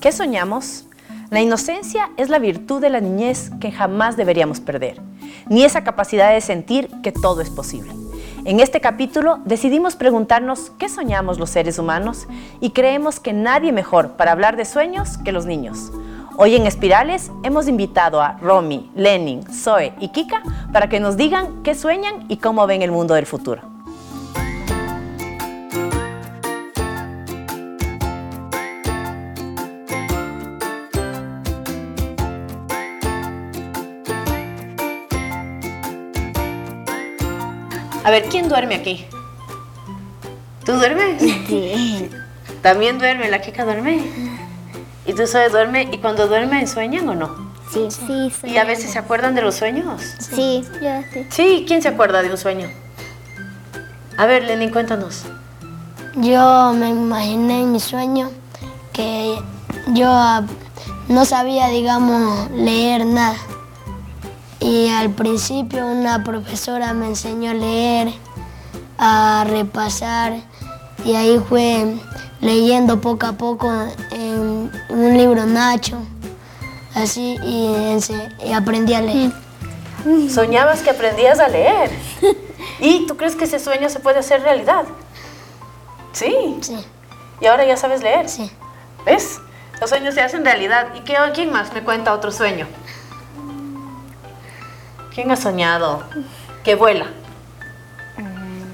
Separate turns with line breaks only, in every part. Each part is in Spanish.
¿Qué soñamos? La inocencia es la virtud de la niñez que jamás deberíamos perder, ni esa capacidad de sentir que todo es posible. En este capítulo decidimos preguntarnos qué soñamos los seres humanos y creemos que nadie mejor para hablar de sueños que los niños. Hoy en Espirales hemos invitado a Romy, Lenin, Zoe y Kika para que nos digan qué sueñan y cómo ven el mundo del futuro. A ver, ¿quién duerme aquí? ¿Tú duermes?
Sí.
También duerme, la Kika duerme. ¿Y tú Zoe duerme? ¿Y cuando duermen sueñan o no?
Sí, sí, sí.
¿Y a veces se acuerdan de los sueños?
Sí, yo sí.
Sí, ¿quién se acuerda de un sueño? A ver, Lenin, cuéntanos.
Yo me imaginé en mi sueño que yo ah, no sabía, digamos, leer nada. Y al principio una profesora me enseñó a leer, a repasar, y ahí fue leyendo poco a poco en un libro Nacho, así, y, ense- y aprendí a leer.
Soñabas que aprendías a leer. ¿Y tú crees que ese sueño se puede hacer realidad? Sí.
Sí,
Y ahora ya sabes leer.
sí.
¿Ves? Los sueños se hacen realidad. ¿Y qué, quién más me cuenta otro sueño? ¿Quién ha soñado que vuela?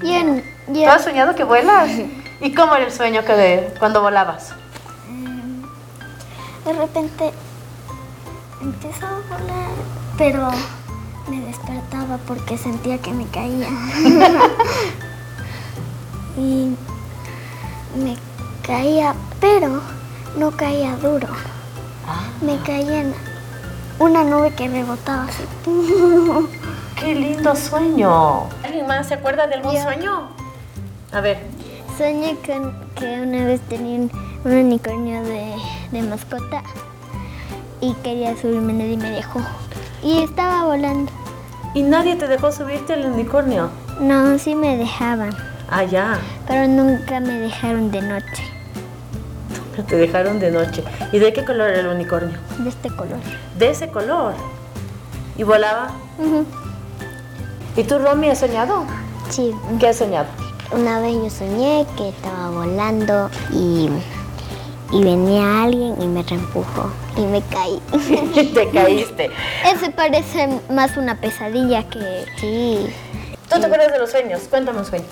Bien,
¿Tú has soñado que vuelas? ¿Y cómo era el sueño que de, cuando volabas?
De repente empezó a volar, pero me despertaba porque sentía que me caía. y me caía, pero no caía duro. Me caía en una nube que rebotaba así.
¡Qué lindo sueño! ¿Alguien más se acuerda de algún sueño? A ver.
Soñé con que una vez tenía un, un unicornio de, de mascota y quería subirme y me dejó. Y estaba volando.
¿Y nadie te dejó subirte al unicornio?
No, sí me dejaban,
Ah, ya.
pero nunca me dejaron de noche,
Te dejaron de noche. ¿Y de qué color era el unicornio?
de este color.
De ese color. ¿Y volaba? ¿Y tú, Romy, has soñado?
Sí,
¿Qué has soñado?
una vez yo soñé que estaba volando y, y venía alguien y me reempujó y me caí.
te caíste.
Ese parece más una pesadilla que... Sí.
¿Tú te acuerdas de los sueños? Cuéntame un sueño.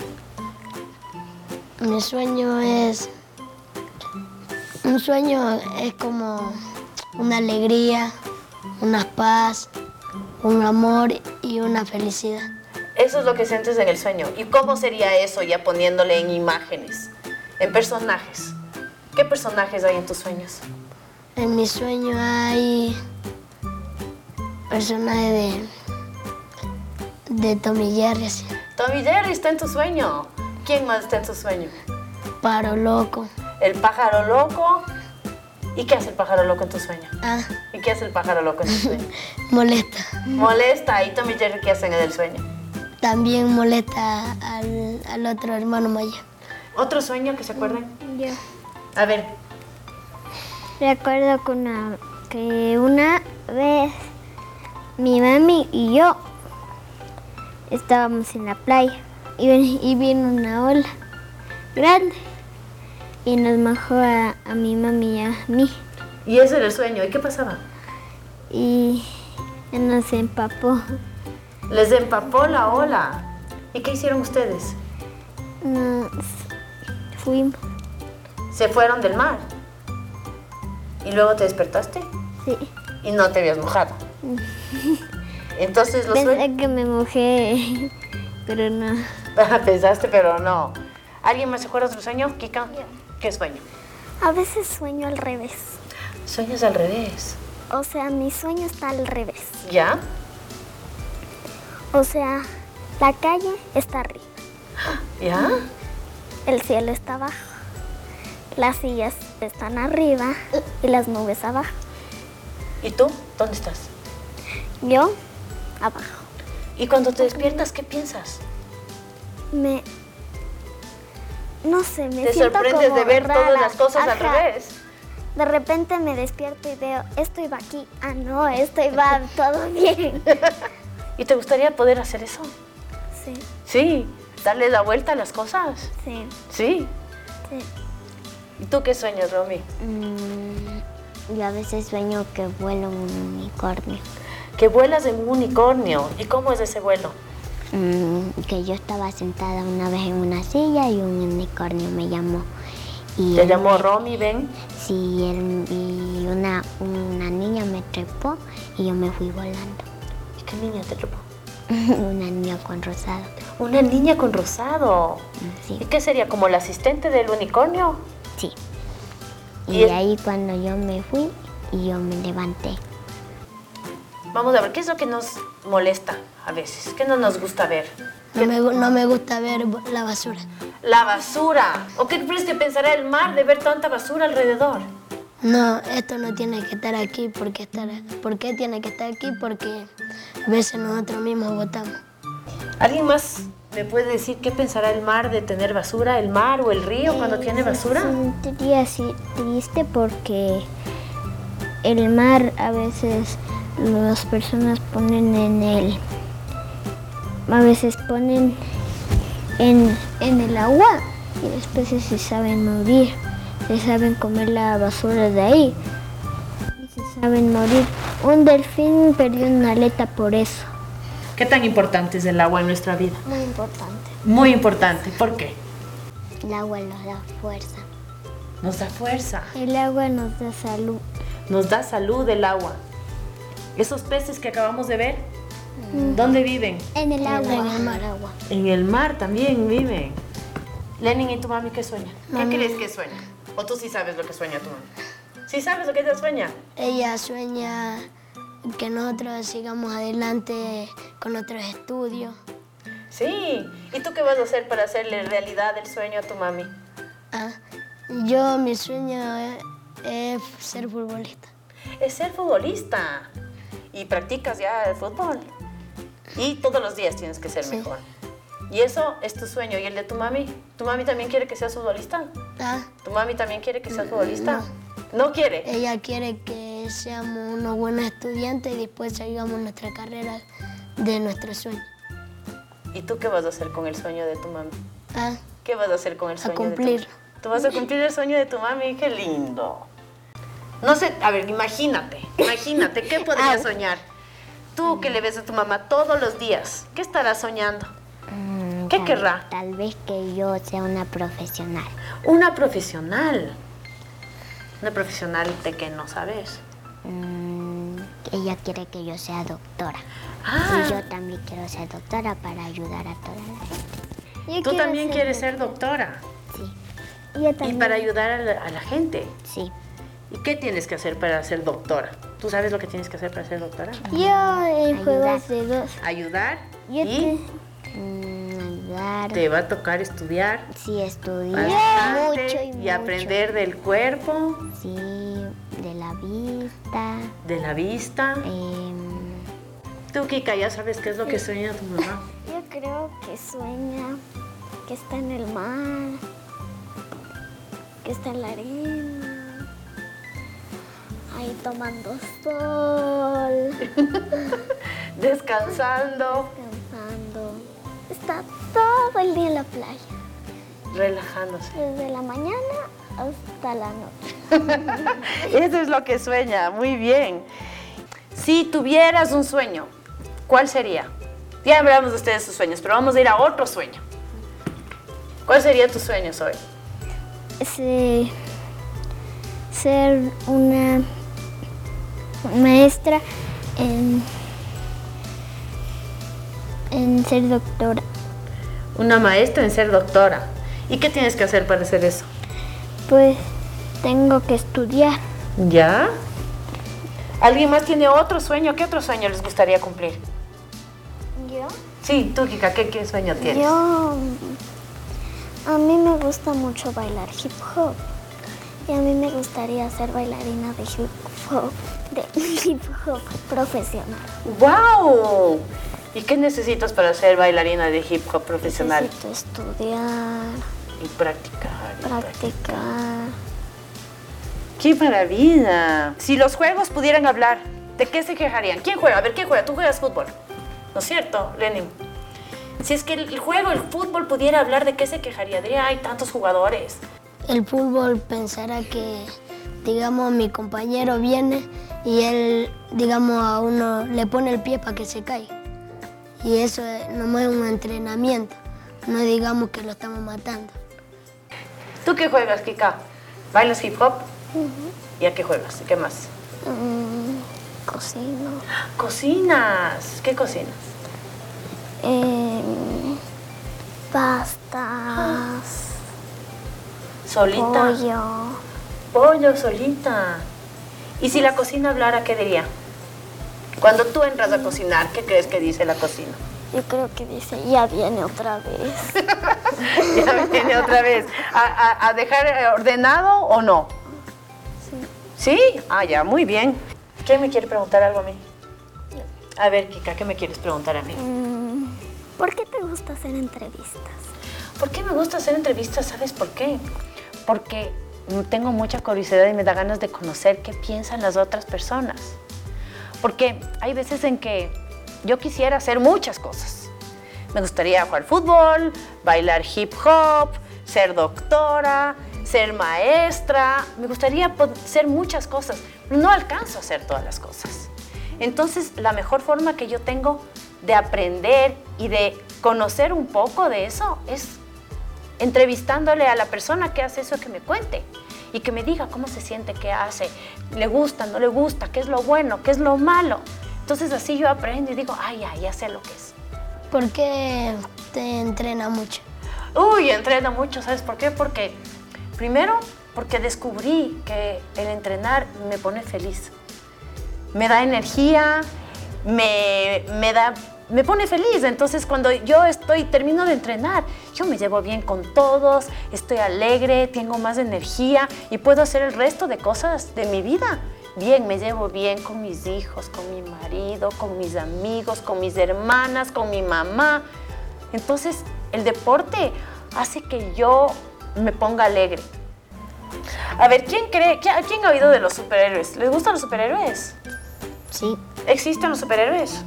Mi sueño es. Un sueño es como una alegría, una paz, un amor y una felicidad.
Eso es lo que sientes en el sueño. ¿Y cómo sería eso ya poniéndole en imágenes, en personajes? ¿Qué personajes hay en tus sueños?
En mi sueño hay personajes de, de Tommy Jerry, así,
Tommy Jerry está en tu sueño. ¿Quién más está en tu sueño?
Paro Loco.
El pájaro loco. ¿Y qué hace el pájaro loco en tu sueño?
Ah,
¿Y qué hace el pájaro loco en tu sueño?
molesta.
Molesta. ¿Y Tommy Jerry qué hacen en el sueño?
También molesta al, al otro hermano mayor.
¿Otro sueño que se acuerden?
Yo
A ver.
recuerdo que una, que una vez mi mami y yo estábamos en la playa y, ven- y vino una ola grande y nos majó a, a mi mami y a mí
Y ese era el sueño. ¿Y qué pasaba?
y nos empapó.
Les empapó la ola. ¿Y qué hicieron ustedes?
Nos fuimos.
Se fueron del mar. Y luego te despertaste
Sí.
y no te habías mojado. Entonces los sueños.
Pensé que me mojé, pero no.
Ah, Pensaste, pero no. ¿Alguien más se acuerda de otro sueño? Kika, ¿qué sueño?
A veces sueño al revés.
Sueños al revés.
O sea, mi sueño está al revés.
¿Ya?
O sea, la calle está arriba,
¿Ya?
el cielo está abajo, las sillas están arriba y las nubes abajo.
¿Y tú? ¿Dónde estás?
Yo abajo.
¿Y cuando te despiertas, qué piensas?
Me no sé, me
te
siento
sorprendes
como
de ver
rara.
todas las cosas al
Ajá.
revés.
De repente me despierto y veo, esto iba aquí. Ah, no, esto iba todo bien.
¿Y te gustaría poder hacer eso?
Sí,
Sí, darle la vuelta a las cosas.
sí,
Sí.
sí.
¿Y tú qué sueñas, Romy?
Mm,
yo a veces sueño que vuelo un unicornio.
Que vuelas en un unicornio. ¿Y cómo es ese vuelo?
Mm, que yo estaba sentada una vez en una silla y un unicornio me llamó. Y
Te
él-
llamó Romy, ven.
Sí, él, y una, una niña me trepó y yo me fui volando.
¿Y qué niña te llamó?
una niña con rosado. Mm,
Una niña con rosado.
Sí,
¿Y qué sería? ¿Como la asistente del unicornio?
sí.
¿Y
Y
él-
ahí cuando yo me fui, y yo me levanté.
Vamos a ver, ¿qué es lo que nos molesta a veces? ¿Qué no nos gusta ver?
No me, gu- no me gusta ver la basura.
La basura. ¿O qué crees que pensará el mar de ver tanta basura alrededor?
No, esto no tiene que estar aquí porque estar, ¿por qué tiene que estar aquí? Porque a veces nosotros mismos votamos.
¿Alguien más me puede decir qué pensará el mar de tener basura? ¿El mar o el río cuando tiene basura?
sentiría así triste porque el mar a veces las personas ponen en el a veces ponen en, en el agua y las peces se saben morir se saben comer la basura de ahí y se saben morir un delfín perdió una aleta por eso
¿Qué tan importante es el agua en nuestra vida?
muy importante
Muy importante. ¿Por qué?
el agua nos da fuerza
Nos da fuerza,
el agua nos da salud
nos da salud el agua. Esos peces que acabamos de ver, ¿dónde viven?
en el agua
En el mar también viven. Lenin, ¿y tu mami qué sueña? ¿Qué crees que sueña? ¿O tú sí sabes lo que sueña tu mami? ¿Sí sabes lo que ella sueña?
Ella sueña que nosotros sigamos adelante con nuestros estudios,
Sí. ¿Y tú qué vas a hacer para hacerle realidad el sueño a tu mami?
Ah, yo, mi sueño es, es ser futbolista.
Es ser futbolista. Y practicas ya el fútbol. Y todos los días tienes que ser mejor. Y eso es tu sueño. ¿Y el de tu mami? ¿Tu mami también quiere que seas futbolista?
Ah,
¿Tu mami también quiere que seas futbolista? No quiere.
ella quiere que seamos unos buenos estudiantes y después sigamos nuestra carrera de nuestro sueño.
¿Y tú qué vas a hacer con el sueño de tu mami?
Ah,
¿Qué vas a hacer con el sueño? de tu-
cumplirlo.
Tú vas a cumplir el sueño de tu mami, qué lindo. No sé, a ver, imagínate, imagínate, ¿qué podrías soñar? Tú que le ves a tu mamá todos los días, ¿qué estarás soñando? Mm, ¿Qué
tal,
querrá?
Tal vez que yo sea una profesional.
Una profesional. Una profesional de que no sabes.
Mm, ella quiere que yo sea doctora. Y
Ah,
yo también quiero ser doctora para ayudar a toda la gente.
tú también quieres ser doctora
Sí,
Yo
y
también.
para ayudar a la, a la gente.
sí.
¿Y qué tienes que hacer para ser doctora? ¿Tú sabes lo que tienes que hacer para ser doctora?
Yo en
juegos
de dos.
Ayudar
Yo
y
Mm, ayudar.
te va a tocar estudiar
Sí, estudiar.
bastante
Mucho y,
y,
mucho.
aprender del cuerpo,
Sí, de la vista.
de la vista.
em,
Tú, Kika, ya sabes qué es lo que sueña tu mamá.
Yo creo que sueña que está en el mar, que está en la arena, ahí tomando sol,
Descansando,
cantando. Está todo el día en la playa,
relajándose.
desde la mañana hasta la noche.
Eso es lo que sueña, muy bien. Si tuvieras un sueño, ¿cuál sería? Ya hablamos de ustedes sus sueños, pero vamos a ir a otro sueño. ¿Cuál sería tu sueño hoy?
se- ser una maestra en, en ser doctora.
Una maestra en ser doctora. ¿Y qué tienes que hacer para hacer eso?
Pues tengo que estudiar.
¿Ya? ¿Alguien más tiene otro sueño? ¿Qué otro sueño les gustaría cumplir?
¿Yo?
Sí, tú, Kika, ¿qué, qué sueño tienes?
Yo. A mí me gusta mucho bailar hip hop. Y a mí me gustaría ser bailarina de hip hop, de hip hop profesional.
¡Wow! ¿Y qué necesitas para ser bailarina de hip hop profesional?
Necesito estudiar,
Y practicar. y practicar.
practicar
¡Qué maravilla! Si los juegos pudieran hablar, ¿de qué se quejarían? ¿Quién juega? A ver, ¿quién juega? Tú juegas fútbol. ¿No es cierto, Lenin? Si es que el juego, el fútbol pudiera hablar, ¿de qué se quejaría? Diría, hay tantos jugadores.
El fútbol pensará que, digamos, mi compañero viene y él, digamos, a uno le pone el pie para que se caiga. Y eso es, nomás es un entrenamiento, no digamos que lo estamos matando.
¿Tú qué juegas, Kika? ¿Bailas hip hop? ¿Y a qué juegas? ¿Qué más?
Mm, cocino.
Cocinas. ¿Qué cocinas?
em, pastas.
Solita.
Pollo.
Pollo solita. ¿Y si la cocina hablara, qué diría? Cuando tú entras a cocinar, ¿qué crees que dice la cocina?
Yo creo que dice, ya viene otra vez.
Ya viene otra vez. ¿A, a- a dejar eh, ordenado o no? Sí. ¿Sí? Ah, ya, muy bien. ¿Quién me quiere preguntar algo a mí? A ver, Kika, ¿qué me quieres preguntar a mí?
Mm, ¿Por qué te gusta hacer entrevistas?
¿Por qué me gusta hacer entrevistas? ¿Sabes por qué? Porque tengo mucha curiosidad y me da ganas de conocer qué piensan las otras personas. Porque hay veces en que yo quisiera hacer muchas cosas. Me gustaría jugar fútbol, bailar hip hop, ser doctora, ser maestra. Me gustaría po- ser muchas cosas. pero No alcanzo a hacer todas las cosas. Entonces, la mejor forma que yo tengo de aprender y de conocer un poco de eso es entrevistándole a la persona que hace eso que me cuente y que me diga cómo se siente, qué hace, le gusta, no le gusta, qué es lo bueno, qué es lo malo. Entonces así yo aprendo y digo, ay, ya, ya sé lo que es.
¿Por qué te entrena mucho?
Uy, entreno mucho, ¿sabes por qué? Porque, primero, porque descubrí que el entrenar me pone feliz. Me da energía, me, me da, me pone feliz. Entonces, cuando yo estoy, termino de entrenar, yo me llevo bien con todos, estoy alegre, tengo más energía y puedo hacer el resto de cosas de mi vida. Bien, me llevo bien con mis hijos, con mi marido, con mis amigos, con mis hermanas, con mi mamá. Entonces, el deporte hace que yo me ponga alegre. A ver, ¿quién cree? ¿Qui- ¿Quién ha oído de los superhéroes? ¿Les gustan los superhéroes?
Sí.
¿Existen los superhéroes?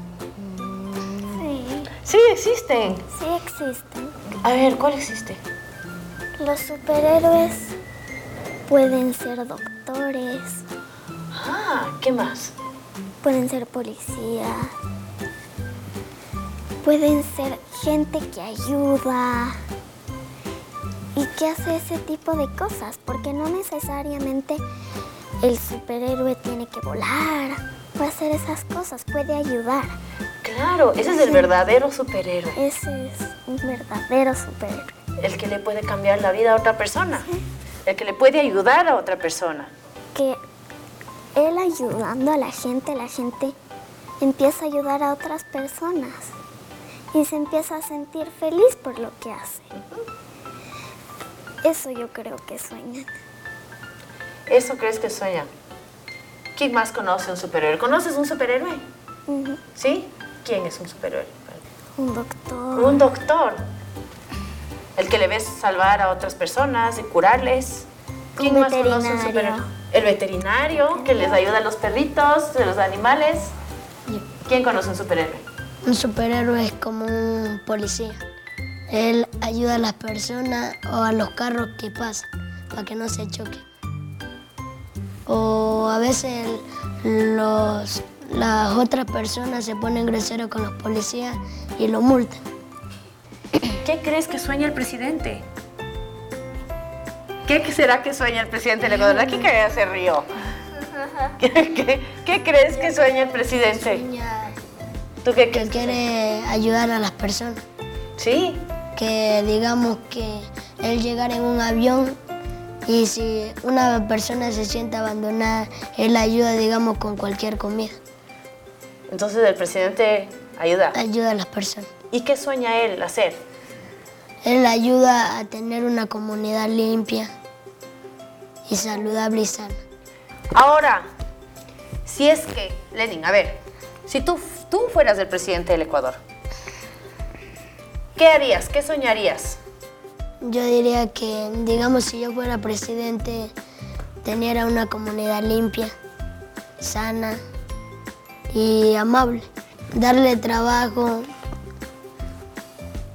Sí,
Sí, existen.
sí existen.
A ver, ¿cuál existe?
Los superhéroes pueden ser doctores,
Ah, ¿qué más?
pueden ser policías, pueden ser gente que ayuda y que hace ese tipo de cosas, porque no necesariamente el superhéroe tiene que volar, puede hacer esas cosas, puede ayudar.
Claro, ese es el verdadero superhéroe,
Ese es un verdadero superhéroe.
el que le puede cambiar la vida a otra persona, el que le puede ayudar a otra persona.
que él ayudando a la gente, la gente empieza a ayudar a otras personas y se empieza a sentir feliz por lo que hace. Eso yo creo que sueñan.
¿Eso crees que sueña? ¿Quién más conoce un superhéroe? ¿Conoces un superhéroe?
Ujú.
¿Sí? ¿Quién es un superhéroe?
Un doctor,
Un doctor. El que le ves salvar a otras personas y curarles. ¿Quién más conoce un
veterinario.
superhéroe? El veterinario, que les ayuda a los perritos, a los animales. ¿Quién conoce un superhéroe?
Un superhéroe es como un policía. Él ayuda a las personas o a los carros que pasan para que no se choquen. O a veces el- los, las otras personas se ponen groseros con los policías y lo multan.
¿Qué crees que sueña el presidente? ¿Qué será que sueña el presidente de Ecuador? Aquí que se rió. ¿Qué, qué, qué crees que sueña el presidente? ¿Tú qué
Que
crees?
quiere ayudar a las personas.
Sí,
que digamos que él llegara en un avión y si una persona se siente abandonada, él ayuda, digamos, con cualquier comida.
entonces el presidente ayuda.
Ayuda a las personas.
¿Y qué sueña él hacer?
Él ayuda a tener una comunidad limpia y saludable y sana.
Ahora, si es que, Lenin, a ver, si tú, tú fueras el presidente del Ecuador, ¿qué harías? ¿Qué soñarías?
Yo diría que, digamos, si yo fuera presidente, tener a una comunidad limpia, sana y amable. Darle trabajo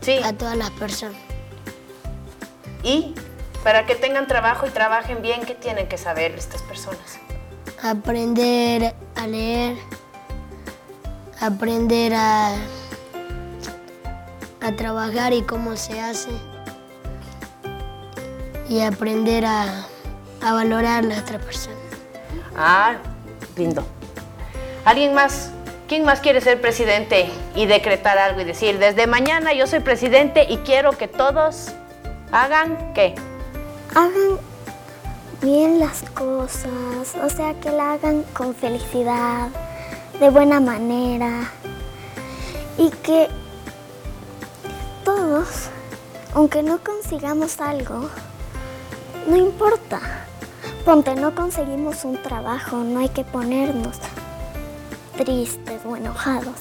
Sí.
a todas las personas.
Y para que tengan trabajo y trabajen bien, ¿qué tienen que saber estas personas?
Aprender a leer, aprender a, a trabajar y cómo se hace. Y aprender a, a valorar a las otras personas.
Ah, lindo. ¿Alguien más? ¿Quién más quiere ser presidente y decretar algo y decir, desde mañana yo soy presidente y quiero que todos hagan qué?
Hagan bien las cosas, o sea, que la hagan con felicidad, de buena manera y que todos, aunque no consigamos algo, no importa. Ponte, no conseguimos un trabajo, no hay que ponernos tristes o enojados,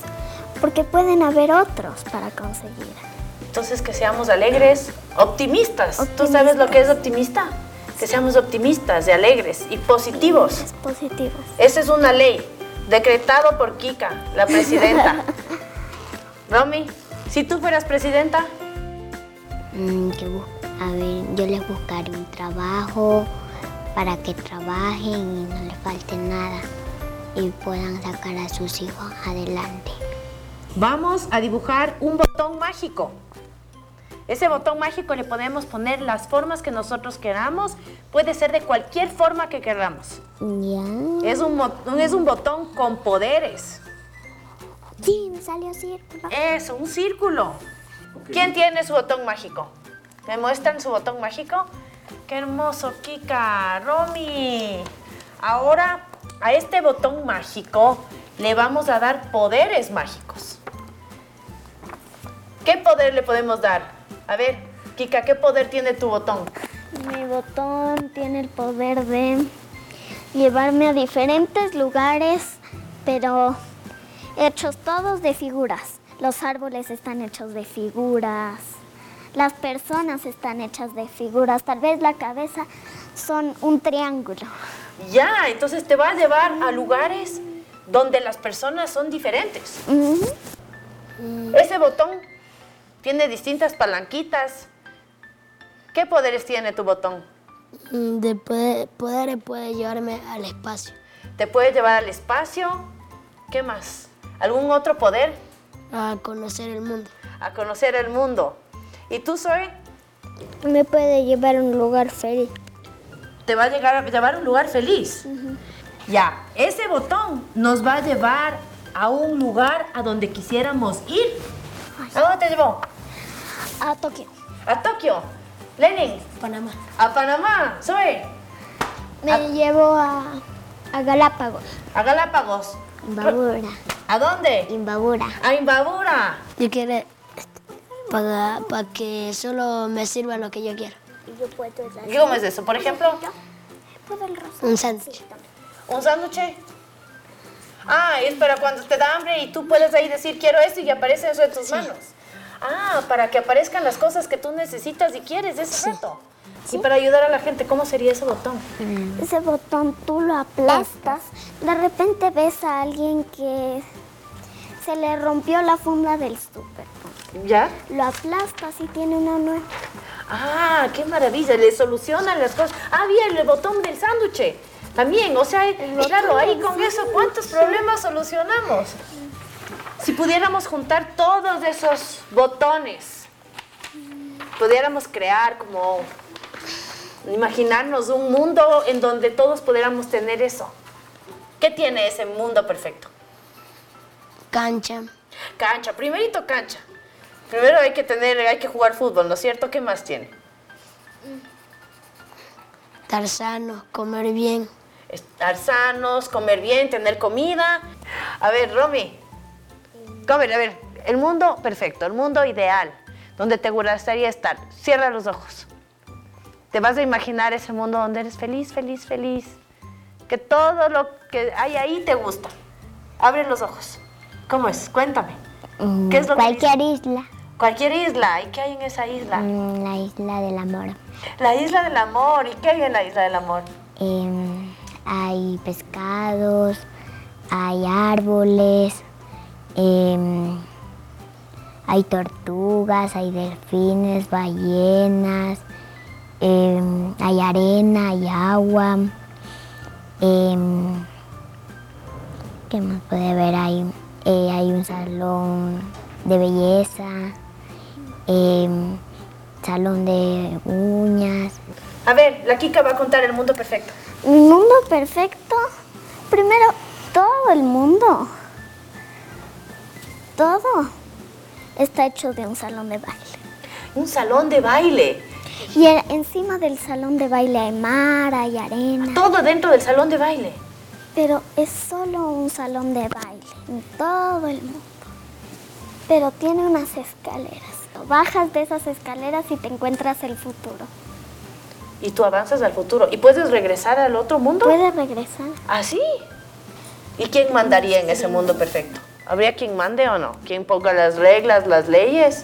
porque pueden haber otros para conseguir.
Entonces que seamos alegres, optimistas. ¿Tú sabes lo que es optimista? Que seamos optimistas y alegres y positivos.
Es positivo.
Esa es una ley decretado por Kika, la presidenta. Romy, si tú fueras presidenta,
Mm, yo bus- a ver, yo les buscaré un trabajo para que trabajen y no les falte nada y puedan sacar a sus hijos adelante.
Vamos a dibujar un botón mágico. Ese botón mágico le podemos poner las formas que nosotros queramos. Puede ser de cualquier forma que queramos.
Ya.
Es un, mo- es un botón con poderes.
Sí, me salió círculo.
Eso, un círculo. ¿Quién tiene su botón mágico? ¿Me muestran su botón mágico? ¡Qué hermoso, Kika! ¡Romy! Ahora, a este botón mágico le vamos a dar poderes mágicos. ¿Qué poder le podemos dar? A ver, Kika, ¿qué poder tiene tu botón?
Mi botón tiene el poder de llevarme a diferentes lugares, pero hechos todos de figuras. Los árboles están hechos de figuras, las personas están hechas de figuras, tal vez la cabeza son un triángulo.
Ya, entonces te va a llevar a lugares donde las personas son diferentes. Ese botón tiene distintas palanquitas. ¿Qué poderes tiene tu botón?
Mm, De poder- poderes puede llevarme al espacio.
Te puede llevar al espacio. ¿Qué más? ¿Algún otro poder?
a conocer el mundo.
A conocer el mundo. ¿Y tú, Zoe?
Me puede llevar a un lugar feliz.
Te va a llegar a llevar a un lugar feliz. Ya, ese botón nos va a llevar a un lugar a donde quisiéramos ir. ¿A dónde te llevó?
A Tokio.
A Tokio. Lenin.
Panamá.
A Panamá. Zoe.
Me llevo a, a Galápagos.
A Galápagos.
Imbabura.
¿A dónde?
Imbabura.
A Imbabura.
Yo quiero para, para que solo me sirva lo que yo quiero.
Yo puedo
¿Qué ¿Cómo es eso? Por ejemplo,
puedo el rosa.
Un sándwich.
un sándwich. Ah, es para cuando te da hambre y tú puedes ahí decir quiero esto y aparece eso en tus manos. Ah, para que aparezcan las cosas que tú necesitas y quieres, ese es reto. Y para ayudar a la gente, ¿cómo sería ese botón?
Ese botón tú lo aplastas. De repente ves a alguien que se le rompió la funda del súper.
¿Ya?
Lo aplastas y tiene una nueva.
Ah, qué maravilla, le solucionan las cosas. Ah, bien, el botón del sándwich. También, o sea, claro, ahí con eso, ¿cuántos problemas solucionamos? Si pudiéramos juntar todos esos botones, pudiéramos crear como, imaginarnos un mundo en donde todos pudiéramos tener eso. ¿Qué tiene ese mundo perfecto?
Cancha.
Cancha, primerito cancha. Primero hay que tener, hay que jugar fútbol, ¿no es cierto? ¿Qué más tiene?
Estar sano, comer bien.
estar sanos, comer bien, tener comida. A ver, Romy, comer, a ver, el mundo perfecto, el mundo ideal, donde te gustaría estar. Cierra los ojos. Te vas a imaginar ese mundo donde eres feliz, feliz, feliz. Que todo lo que hay ahí te gusta. Abre los ojos. ¿Cómo es? Cuéntame. ¿Qué
Mm,
es lo que
Cualquier isla.
Cualquier isla. ¿Y qué hay en esa isla?
Mm, La isla del amor.
La isla del amor. ¿Y qué hay en la isla del amor?
em, hay pescados, hay árboles, em, hay tortugas, hay delfines, ballenas, em, hay arena, hay agua. em, ¿Qué más puede haber ahí? Eh, hay un salón de belleza, em, salón de uñas.
A ver, la Kika va a contar el mundo perfecto.
Mi mundo perfecto. Primero, todo el mundo. Todo está hecho de un salón de baile.
Un salón de baile.
Y e- encima del salón de baile hay mar, hay arena.
Todo dentro del salón de baile.
Pero es solo un salón de baile en todo el mundo. Pero tiene unas escaleras. Bajas de esas escaleras y te encuentras el futuro.
Y tú avanzas al futuro. ¿Y puedes regresar al otro mundo?
Puedes regresar.
¿Así? ¿Y quién mandaría en ese mundo perfecto? ¿Habría quien mande o no? ¿Quién ponga las reglas, las leyes?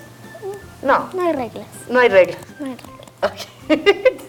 No,
No hay reglas.
no hay reglas.
No hay reglas.
Ok.